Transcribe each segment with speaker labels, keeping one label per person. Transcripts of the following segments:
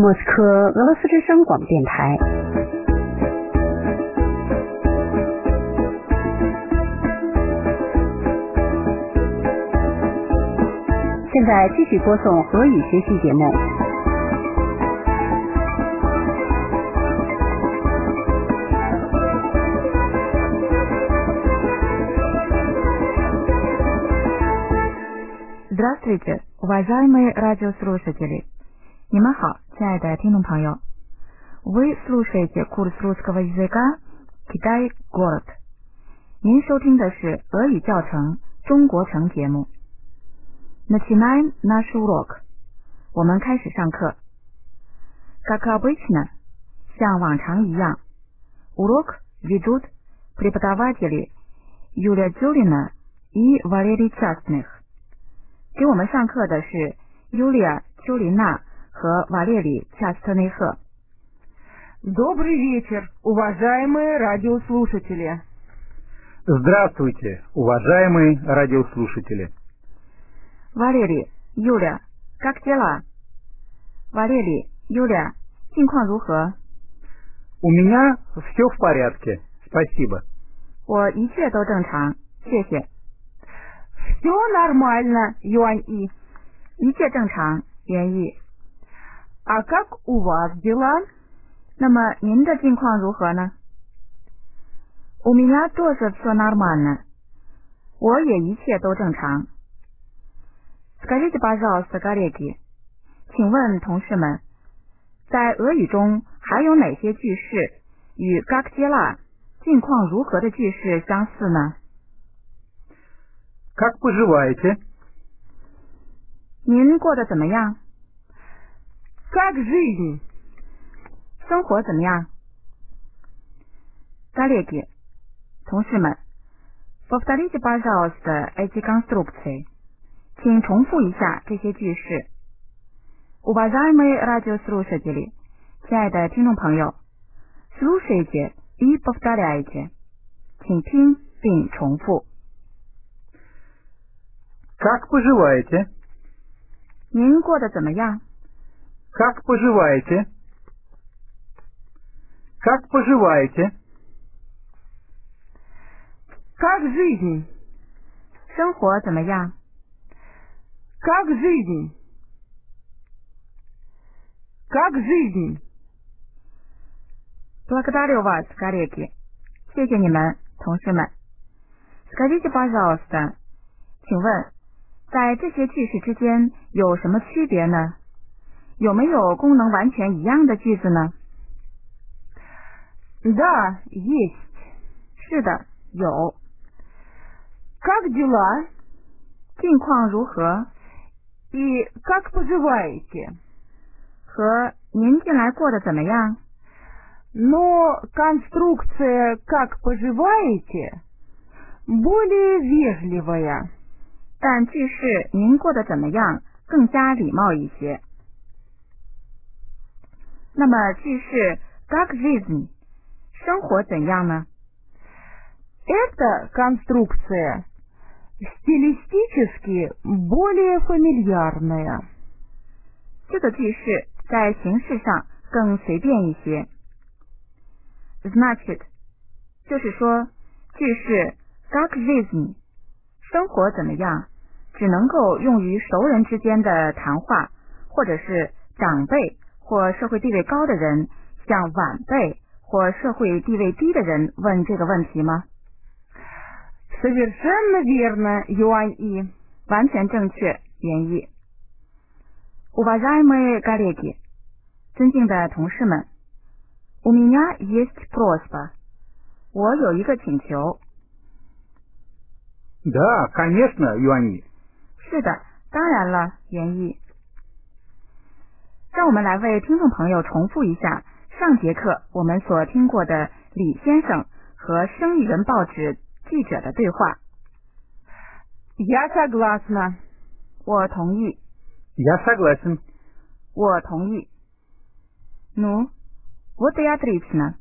Speaker 1: 莫斯科，俄罗斯之声广播电台。现在继续播送俄语学习节目。
Speaker 2: Здравствуйте, уважаемые радиослушатели. 你们好，亲爱的听众朋友。Вы слушаете курс русского языка Китай город。您收听的是俄语教程《中国城》节目。Начинаем наш урок。我们开始上课。Как обычно，像往常一样，урок ведут преподаватели Юлия Дюлина и Валерий Частных。给我们上课的是尤利亚·丘林娜和瓦列里·恰斯特内赫。
Speaker 3: Добрый вечер, уважаемые радиослушатели.
Speaker 4: Здравствуйте, уважаемые радиослушатели.
Speaker 2: Валерий, Юля, как дела? Валерий, Юля, 近况如何？
Speaker 4: У меня все в порядке, спасибо.
Speaker 2: 我一切都正常，谢谢。
Speaker 3: Все нормально, Юань И.
Speaker 2: 一切正常，啊袁毅。
Speaker 3: А как у вас дела?
Speaker 2: 那么您的近况如何呢？У меня тоже все нормально。我也一切都正常。Скажите, пожалуйста, коллеги，请问同事们，在俄语中还有哪些句式与 g a k j e l a 近况如何的句式相似呢？
Speaker 4: Как поживаете?
Speaker 2: 您过得怎么样？
Speaker 3: Как жизнь?
Speaker 2: 生活怎么样 к о л л е г 同事们 п о в т о р и т е пожалуйста эти конструкции，请重复一下这些句式。Уважаемые радиослушатели，亲爱的听众朋友，слушайте и повторяйте，请听并重复。
Speaker 4: Как поживаете?
Speaker 2: 您过得怎么样？
Speaker 4: Как поживаете? Как поживаете?
Speaker 3: Как жизнь?
Speaker 2: 生活怎么样？
Speaker 3: Как жизнь? Как жизнь?
Speaker 2: Благодарю вас, коллеги。谢谢你们，同事们。Скажите, пожалуйста，请问，在这些句式之间有什么区别呢？有没有功能完全一样的句子呢？
Speaker 3: Да, есть.
Speaker 2: 是的，有。
Speaker 3: Как дела?
Speaker 2: 近况如何？
Speaker 3: И как поживаете?
Speaker 2: 和您近来过得怎么样？
Speaker 3: Но конструкция «как поживаете» более вежливая.
Speaker 2: 但句式“您过得怎么样”更加礼貌一些。那么句式 “как жизнь” 生活怎样呢？
Speaker 3: Эта конструкция стилистически более фамильярная.
Speaker 2: 这个句式在形式上更随便一些。Значит，就是说句式 “как жизнь” 生活怎么样，只能够用于熟人之间的谈话，或者是长辈或社会地位高的人向晚辈或社会地位低的人问这个问题吗？
Speaker 3: Совершенно верно, Юань И.
Speaker 2: 完全正确，原意。Уважаемые коллеги，尊敬的同事们，У меня есть просьба，我有一个请求。
Speaker 4: Да, конечно, Юани.
Speaker 2: 是的，当然了，原意。让我们来为听众朋友重复一下上节课我们所听过的李先生和《生意人》报纸记者的对话。
Speaker 3: Я согласна.
Speaker 2: 我同意，
Speaker 4: Я согласен.
Speaker 2: 我同意。Ну, вот и отлично。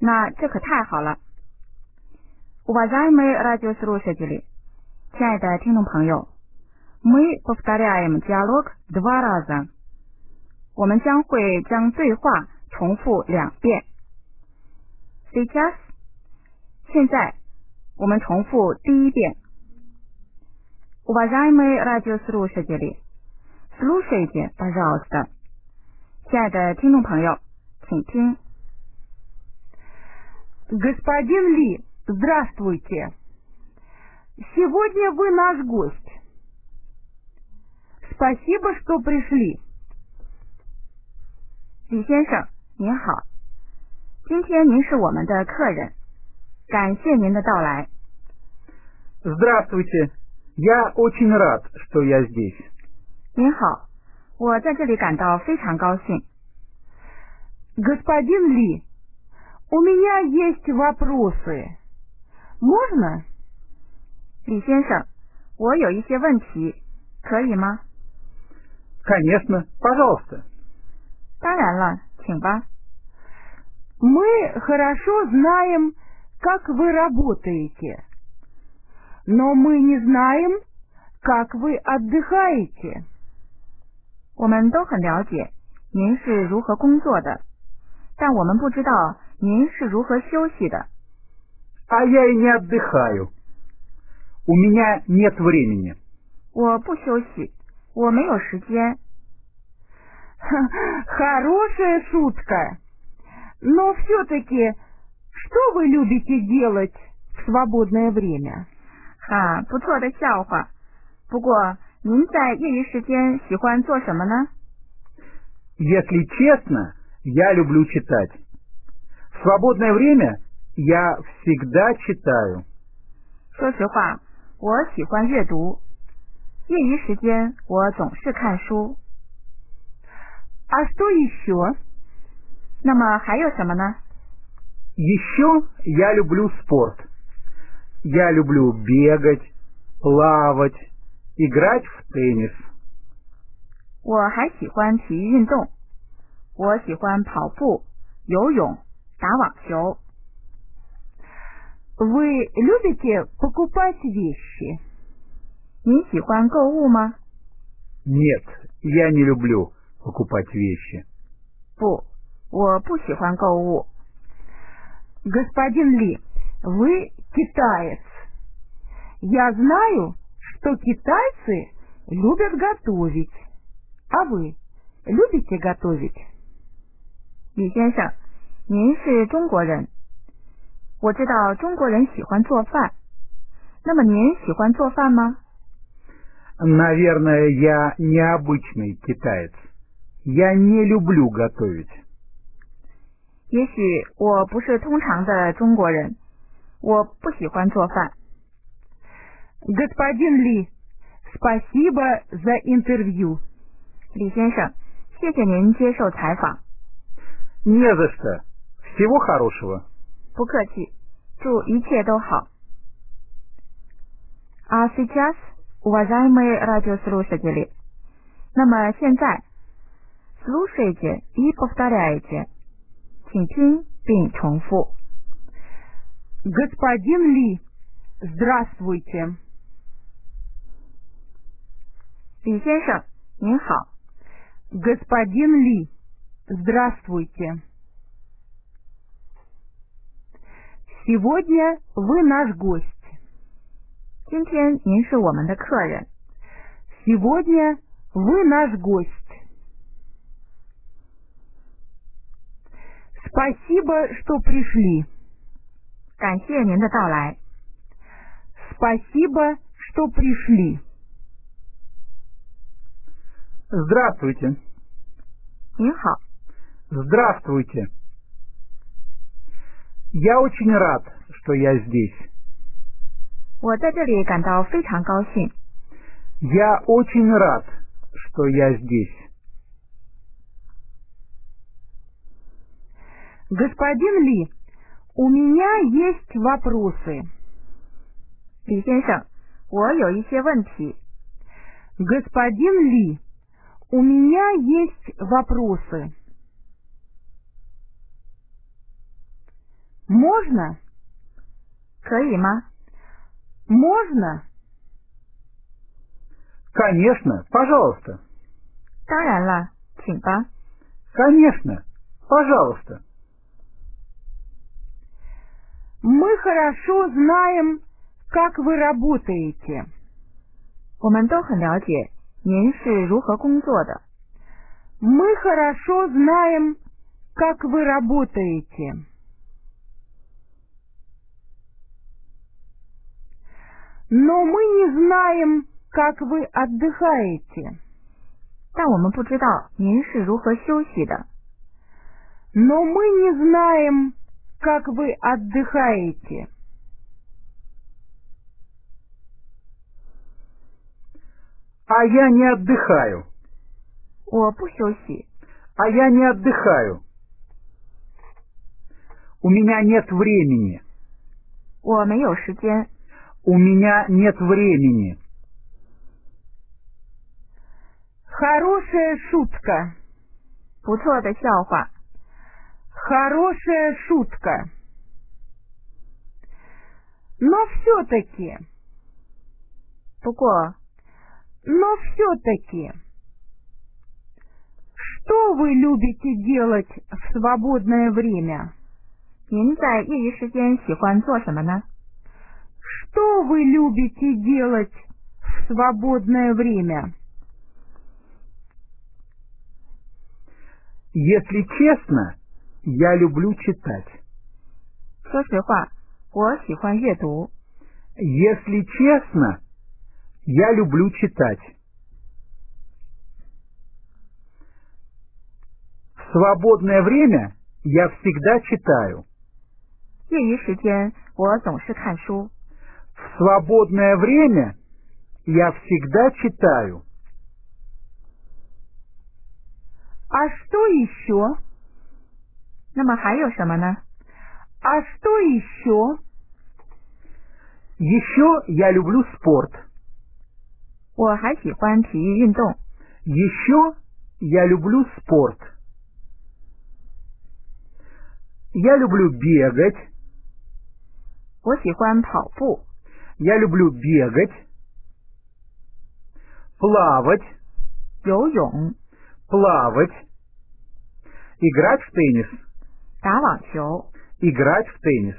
Speaker 2: 那这可太好了。Уважаемые радиослушатели，亲爱的听众朋友，мы повторяем диалог два раза。我们将会将对话重复两遍。Сейчас，现在，我们重复第一遍。Уважаемые радиослушатели, слушайте, пожалуйста。亲爱的听众朋友，请听。
Speaker 3: Господин Ли, здравствуйте. Сегодня вы наш гость. Спасибо, что пришли.
Speaker 2: 李先生，您好，今天您是我们的客人，感谢您的到来。
Speaker 4: Здравствуйте. Я очень рад, что я здесь.
Speaker 2: 您好，我在这里感到非常高兴。
Speaker 3: Господин Ли, у меня есть вопросы. Можно?
Speaker 2: 李先生，我有一些问题，可以吗？
Speaker 4: Конечно, пожалуйста.
Speaker 2: 当然了，请吧。
Speaker 3: Мы хорошо знаем, как вы работаете. Но мы не знаем, как вы отдыхаете.
Speaker 2: 我们都很了解您是如何工作的，但我们不知道您是如何休息的。
Speaker 4: А я и не отдыхаю. У меня нет времени.
Speaker 2: 我不休息，我没有时间。
Speaker 3: Хорошая шутка. Но все-таки, что вы любите делать в свободное время?
Speaker 2: 啊，不错的笑话。不过，您在业余时间喜欢做什么呢？
Speaker 4: Если честно, я люблю читать. В свободное время я всегда читаю.
Speaker 2: 说实话，我喜欢阅读。业余时间我总是看书。啊
Speaker 3: А что еще?
Speaker 2: 那么还有什么呢？
Speaker 4: Еще я люблю спорт. Я люблю бегать, плавать, играть в теннис.
Speaker 2: 我还喜欢体育运动，我喜欢跑步、游泳、打网球。
Speaker 3: Вы любите покупать вещи?
Speaker 2: 您喜欢购物吗？
Speaker 4: Нет, я не люблю покупать вещи.
Speaker 2: 不，我不喜欢购物。
Speaker 3: Господин Ли, вы китаец. Я знаю, что китайцы любят готовить. А вы любите готовить?
Speaker 2: 李先生，您是中国人，我知道中国人喜欢做饭。那么您喜欢做饭吗？
Speaker 4: Наверное, я необычный китаец. Я не люблю готовить.
Speaker 2: 也许我不是通常的中国人，我不喜欢做饭。
Speaker 3: Господин Ли, спасибо за интервью.
Speaker 2: 李先生，谢谢您接受采访，
Speaker 4: Не за что. Всего хорошего.
Speaker 2: 不客气，祝一切都好。А 啊 сейчас, уважаемые радиослушатели，那么现在，слушайте и повторяйте，请听并重复。
Speaker 3: Господин Ли, здравствуйте.
Speaker 2: 李先生，您好，
Speaker 3: Господин Ли, здравствуйте. Сегодня вы наш гость.
Speaker 2: 今天您是我们的客人，
Speaker 3: Сегодня вы наш гость. Спасибо, что пришли.
Speaker 2: 感谢您的到来，
Speaker 3: Спасибо, что пришли.
Speaker 4: Здравствуйте.
Speaker 2: 您好，
Speaker 4: Здравствуйте. Я очень рад, что я здесь.
Speaker 2: 我在这里感到非常高兴，
Speaker 4: Я очень рад, что я здесь.
Speaker 3: Господин Ли, у меня есть вопросы.
Speaker 2: 李先生，我有一些问题，
Speaker 3: Господин Ли, у меня есть вопросы. Можно?
Speaker 2: 可以吗？
Speaker 3: Можно?
Speaker 4: Конечно, пожалуйста.
Speaker 2: 当然了，请吧。
Speaker 4: Конечно. Пожалуйста.
Speaker 3: Мы хорошо знаем, как вы работаете.
Speaker 2: 我们都很了解您是如何工作的。
Speaker 3: Мы хорошо знаем, как вы работаете. Но мы не знаем, как вы отдыхаете.
Speaker 2: 但我们不知道您是如何休息的，
Speaker 3: Но мы не знаем, как вы отдыхаете.
Speaker 4: А я не отдыхаю.
Speaker 2: 我不休息，
Speaker 4: А я не отдыхаю. У меня нет времени.
Speaker 2: 我没有时间，
Speaker 4: У меня нет времени.
Speaker 3: Хорошая шутка.
Speaker 2: 不错的笑话，
Speaker 3: Хорошая шутка. Но все-таки,
Speaker 2: 不过
Speaker 3: но все-таки. Что вы любите делать в свободное время?
Speaker 2: 您在业余时间喜欢做什么呢？
Speaker 3: Что вы любите делать в свободное время?
Speaker 4: Если честно, я люблю читать.
Speaker 2: 说实话，我喜欢阅读。
Speaker 4: Если честно, я люблю читать. В свободное время я всегда читаю.
Speaker 2: 业余时间我总是看书，
Speaker 4: В свободное время я всегда читаю.
Speaker 3: А что еще?
Speaker 2: 那么还有什么呢？
Speaker 3: А что еще?
Speaker 4: Еще я люблю спорт.
Speaker 2: 我还喜欢体育运动，
Speaker 4: Еще я люблю спорт. Я люблю бегать.
Speaker 2: 我喜欢跑步，
Speaker 4: Я люблю бегать. Плавать.
Speaker 2: 游泳，
Speaker 4: Плавать. Играть в теннис.
Speaker 2: 打网球。
Speaker 4: Играть в теннис.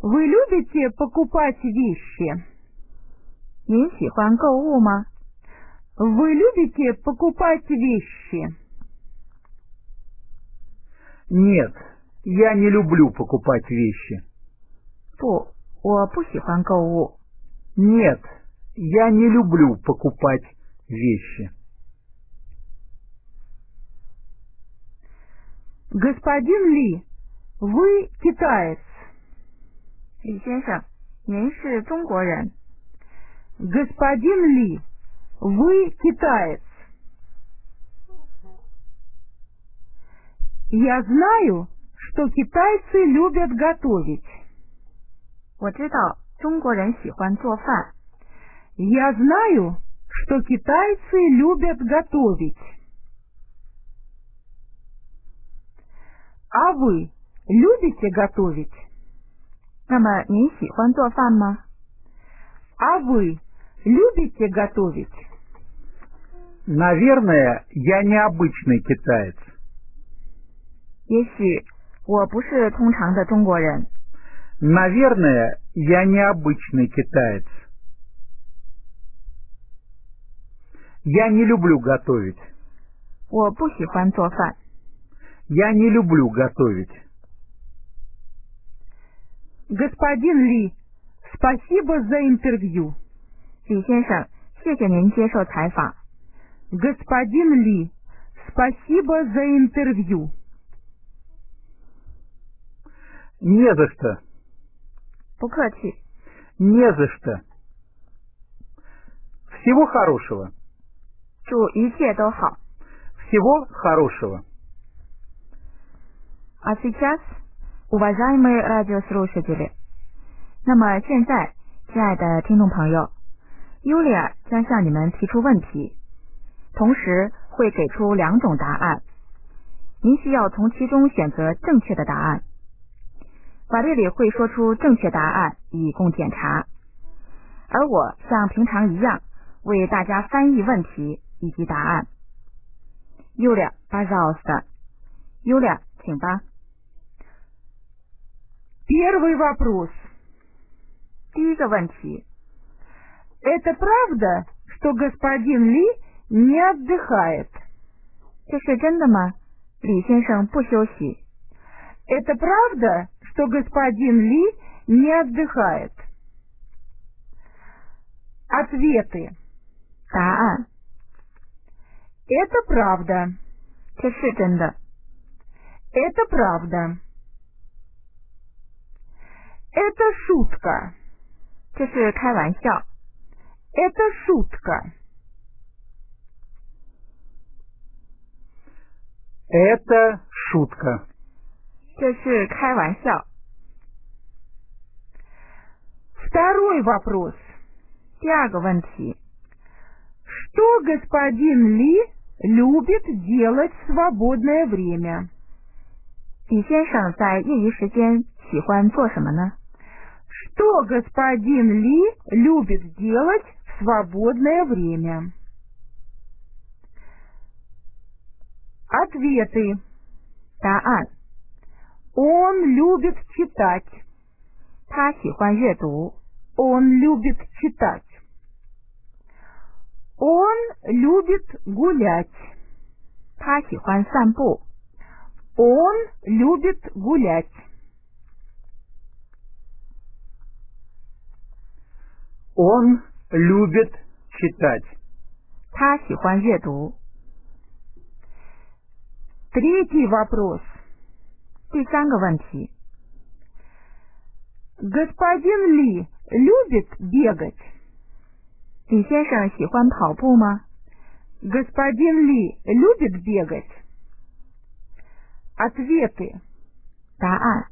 Speaker 3: Вы любите покупать вещи?
Speaker 2: 您喜欢购物吗？
Speaker 3: Вы любите покупать вещи?
Speaker 4: Нет, я не люблю покупать вещи.
Speaker 2: 不，我不喜欢购物。
Speaker 4: Нет, я не люблю покупать вещи.
Speaker 3: Господин Ли, вы китаец.
Speaker 2: 李先生，您是中国人，
Speaker 3: Господин Ли, вы китаец. Я знаю, что китайцы любят готовить.
Speaker 2: 我知道中国人喜欢做饭，
Speaker 3: Я знаю, что китайцы любят готовить. А вы любите готовить?
Speaker 2: 那么您喜欢做饭吗？
Speaker 3: А вы любите готовить?
Speaker 4: Наверное, я необычный китаец.
Speaker 2: 也许我不是通常的中国人，
Speaker 4: Наверное, я необычный китаец. Я не люблю готовить.
Speaker 2: 我不喜欢做饭。
Speaker 4: Я не люблю готовить.
Speaker 3: Господин Ли, спасибо за интервью.
Speaker 2: 李先生，谢谢您接受采访。
Speaker 3: Господин Ли, спасибо за интервью.
Speaker 4: Не за что.
Speaker 2: 不客气，
Speaker 4: Не за что. Всего хорошего.
Speaker 2: 祝一切都好。
Speaker 4: Всего хорошего.
Speaker 2: А сейчас, уважаемые радиослушатели，那么现在，亲爱的听众朋友，Yulia 将向你们提出问题，同时会给出两种答案，您需要从其中选择正确的答案。法律里会说出正确答案以供检查，而我像平常一样为大家翻译问题以及答案。 Юля, пожалуйста. Юля, 请吧。
Speaker 3: Первый вопрос.
Speaker 2: 第一个问题，
Speaker 3: Это правда, что господин Ли не отдыхает?
Speaker 2: 这是真的吗？李先生不休息。
Speaker 3: Это правда, что господин Ли не отдыхает? Ответы.
Speaker 2: 答案，
Speaker 3: Это правда.
Speaker 2: 这是真的。
Speaker 3: Это правда. Это шутка.
Speaker 2: 这是开玩笑。
Speaker 3: Это шутка.
Speaker 4: Это шутка.
Speaker 2: 这是开玩笑。
Speaker 3: Второй вопрос.
Speaker 2: 第二个问题，
Speaker 3: Что господин Ли любит делать в свободное время?
Speaker 2: 李先生在业余时间喜欢做什么呢？
Speaker 3: Что господин Ли любит делать в свободное время? Ответы.
Speaker 2: 答案，
Speaker 3: Он любит читать.
Speaker 2: 他喜欢阅读。
Speaker 3: Он любит читать. Он любит гулять.
Speaker 2: 他喜欢散步。
Speaker 3: Он любит гулять.
Speaker 4: Он любит читать.
Speaker 2: 他喜欢阅读。
Speaker 3: Третий вопрос.
Speaker 2: 第三个问题，
Speaker 3: Господин Ли любит бегать?
Speaker 2: 李先生喜欢跑步吗？
Speaker 3: Господин Ли любит бегать? Ответы.
Speaker 2: 答案，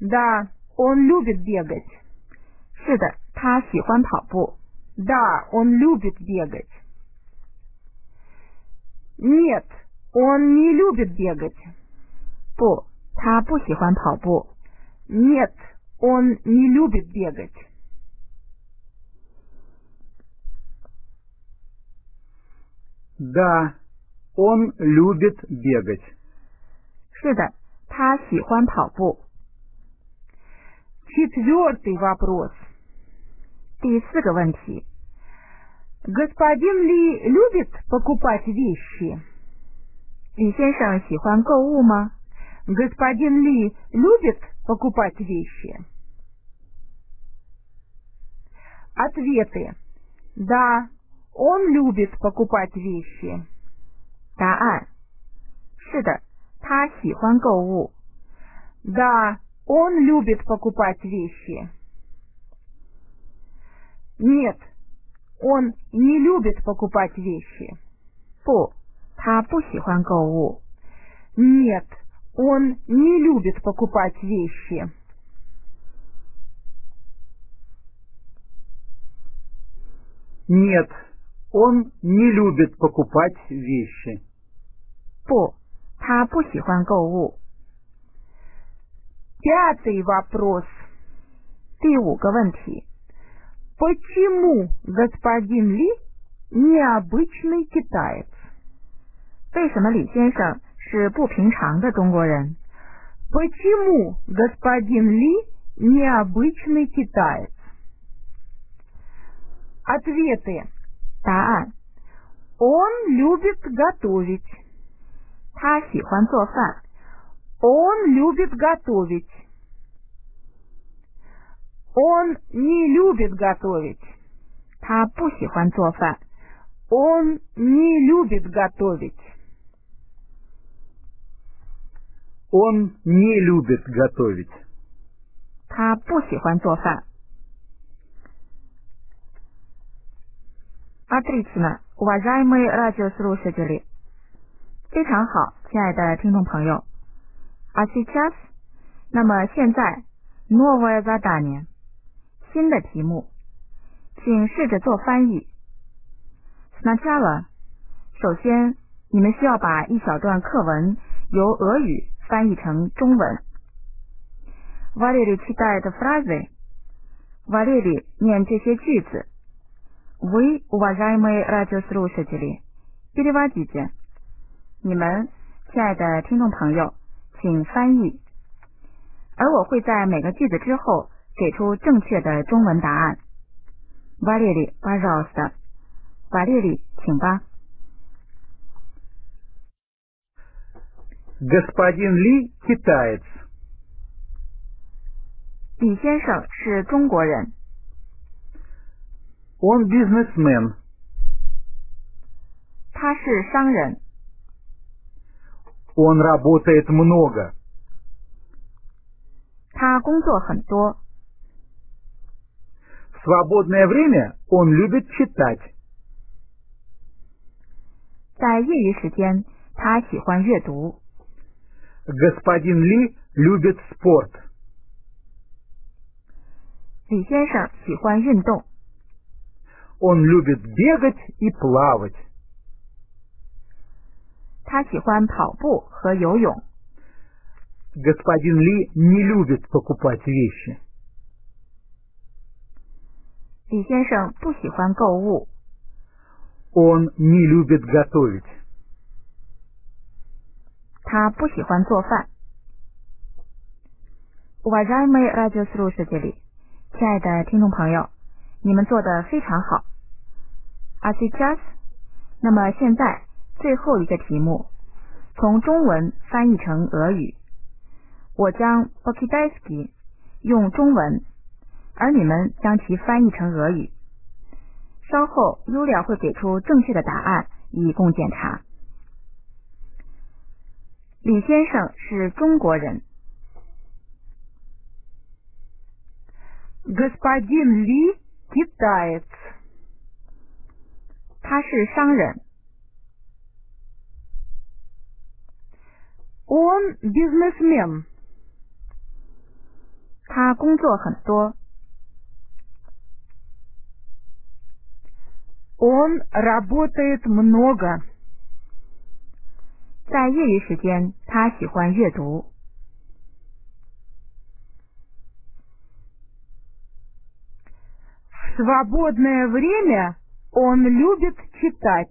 Speaker 3: Да, он любит бегать.
Speaker 2: 是的，他喜欢跑步。
Speaker 3: Да, он любит бегать. Нет, он не любит бегать.
Speaker 2: 不，他不喜欢跑步。
Speaker 3: Нет, он не любит бегать.
Speaker 4: Да, он любит бегать.
Speaker 2: 是的，他喜欢跑步。
Speaker 3: Четвертый вопрос.
Speaker 2: 第四个问题，
Speaker 3: Господин Ли любит покупать вещи?
Speaker 2: 李先生喜欢购物吗？
Speaker 3: Господин Ли любит покупать вещи? Ответы. Да, он любит покупать вещи.
Speaker 2: 答案，是的，他喜欢购物。
Speaker 3: Да, он любит покупать вещи. Нет, он не любит покупать вещи.
Speaker 2: 不，他不喜欢购物。
Speaker 3: Нет, он не любит покупать вещи.
Speaker 4: Нет, он не любит покупать вещи.
Speaker 2: 不，他不喜欢购物。
Speaker 3: Пятый вопрос.
Speaker 2: 第五个问题，
Speaker 3: Почему господин Ли необычный китаец?
Speaker 2: 为什么李先生是不平常的中国人？
Speaker 3: Почему господин Ли необычный китаец? Ответы.
Speaker 2: 答案，
Speaker 3: Он любит готовить.
Speaker 2: 他喜欢做饭。
Speaker 3: Он любит готовить. Он не любит готовить.
Speaker 2: 他不喜欢做饭。
Speaker 3: Он не любит готовить.
Speaker 4: Он не любит готовить.
Speaker 2: 他不喜欢做饭。Отлично, уважаемые радиослушатели，非常好，亲爱的听众朋友。А сейчас，那么现在，новое задание，新的题目，请试着做翻译。Сначала，首先你们需要把一小段课文由俄语翻译成中文。Валерий читает фразы. Валерий 念这些句子。Вы, уважаемые радиослушатели, переводите. 你们，亲爱的听众朋友，请翻译。而我会在每个句子之后给出正确的中文答案。瓦列里，巴绕斯的，瓦列里，请吧。
Speaker 4: Господин Ли китаец.
Speaker 2: 李先生是中国人，
Speaker 4: Он бизнесмен.
Speaker 2: 他是商人，
Speaker 4: Он работает много.
Speaker 2: 他工作很多，
Speaker 4: В свободное время он любит читать.
Speaker 2: 在业余时间他喜欢阅读。
Speaker 4: Господин Ли любит спорт.
Speaker 2: 李先生喜欢运动，
Speaker 4: Он любит бегать и плавать.
Speaker 2: 他喜欢跑步和游泳。
Speaker 4: Господин Ли не любит покупать вещи.
Speaker 2: 李先生不喜欢购物，
Speaker 4: Он не любит готовить.
Speaker 2: 他不喜欢做饭。Уважаемые радиослушатели，亲爱的听众朋友，你们做的非常好。А сейчас，那么现在最后一个题目，从中文翻译成俄语。我将 p o k i d a i s k i 用中文，而你们将其翻译成俄语。稍后 Yulia 会给出正确的答案，以供检查。李先生是中国人，
Speaker 3: Господин Ли китаец.
Speaker 2: 他是商人，
Speaker 3: Он бизнесмен.
Speaker 2: 他工作很多，
Speaker 3: Он работает много.
Speaker 2: 在业余时间他喜欢阅读。
Speaker 3: В свободное время он любит читать.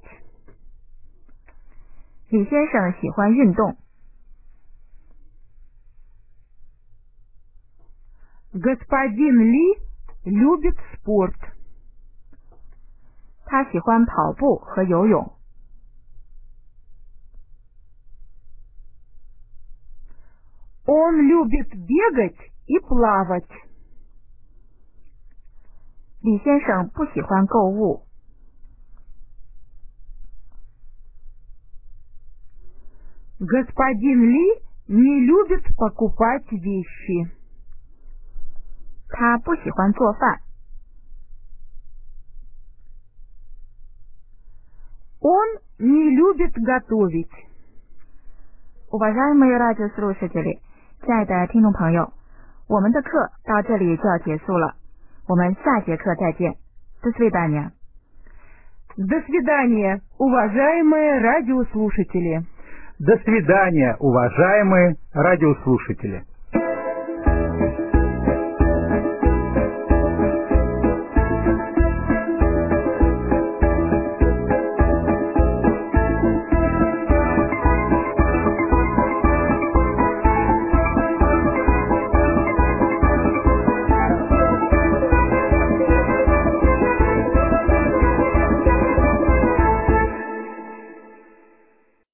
Speaker 2: 李先生喜欢运动，
Speaker 3: Господин Ли любит спорт.
Speaker 2: 他喜欢跑步和游泳。
Speaker 3: Он любит бегать и плавать.
Speaker 2: 李先生不喜欢购物，
Speaker 3: Господин Ли не любит покупать вещи.
Speaker 2: 他不喜欢做饭，
Speaker 3: Он не любит готовить.
Speaker 2: Уважаемые радиослушатели，亲爱的听众朋友，我们的课到这里就要结束了，我们下节课再见。До свидания。
Speaker 3: До свидания, уважаемые радиослушатели.
Speaker 4: До свидания, уважаемые радиослушатели.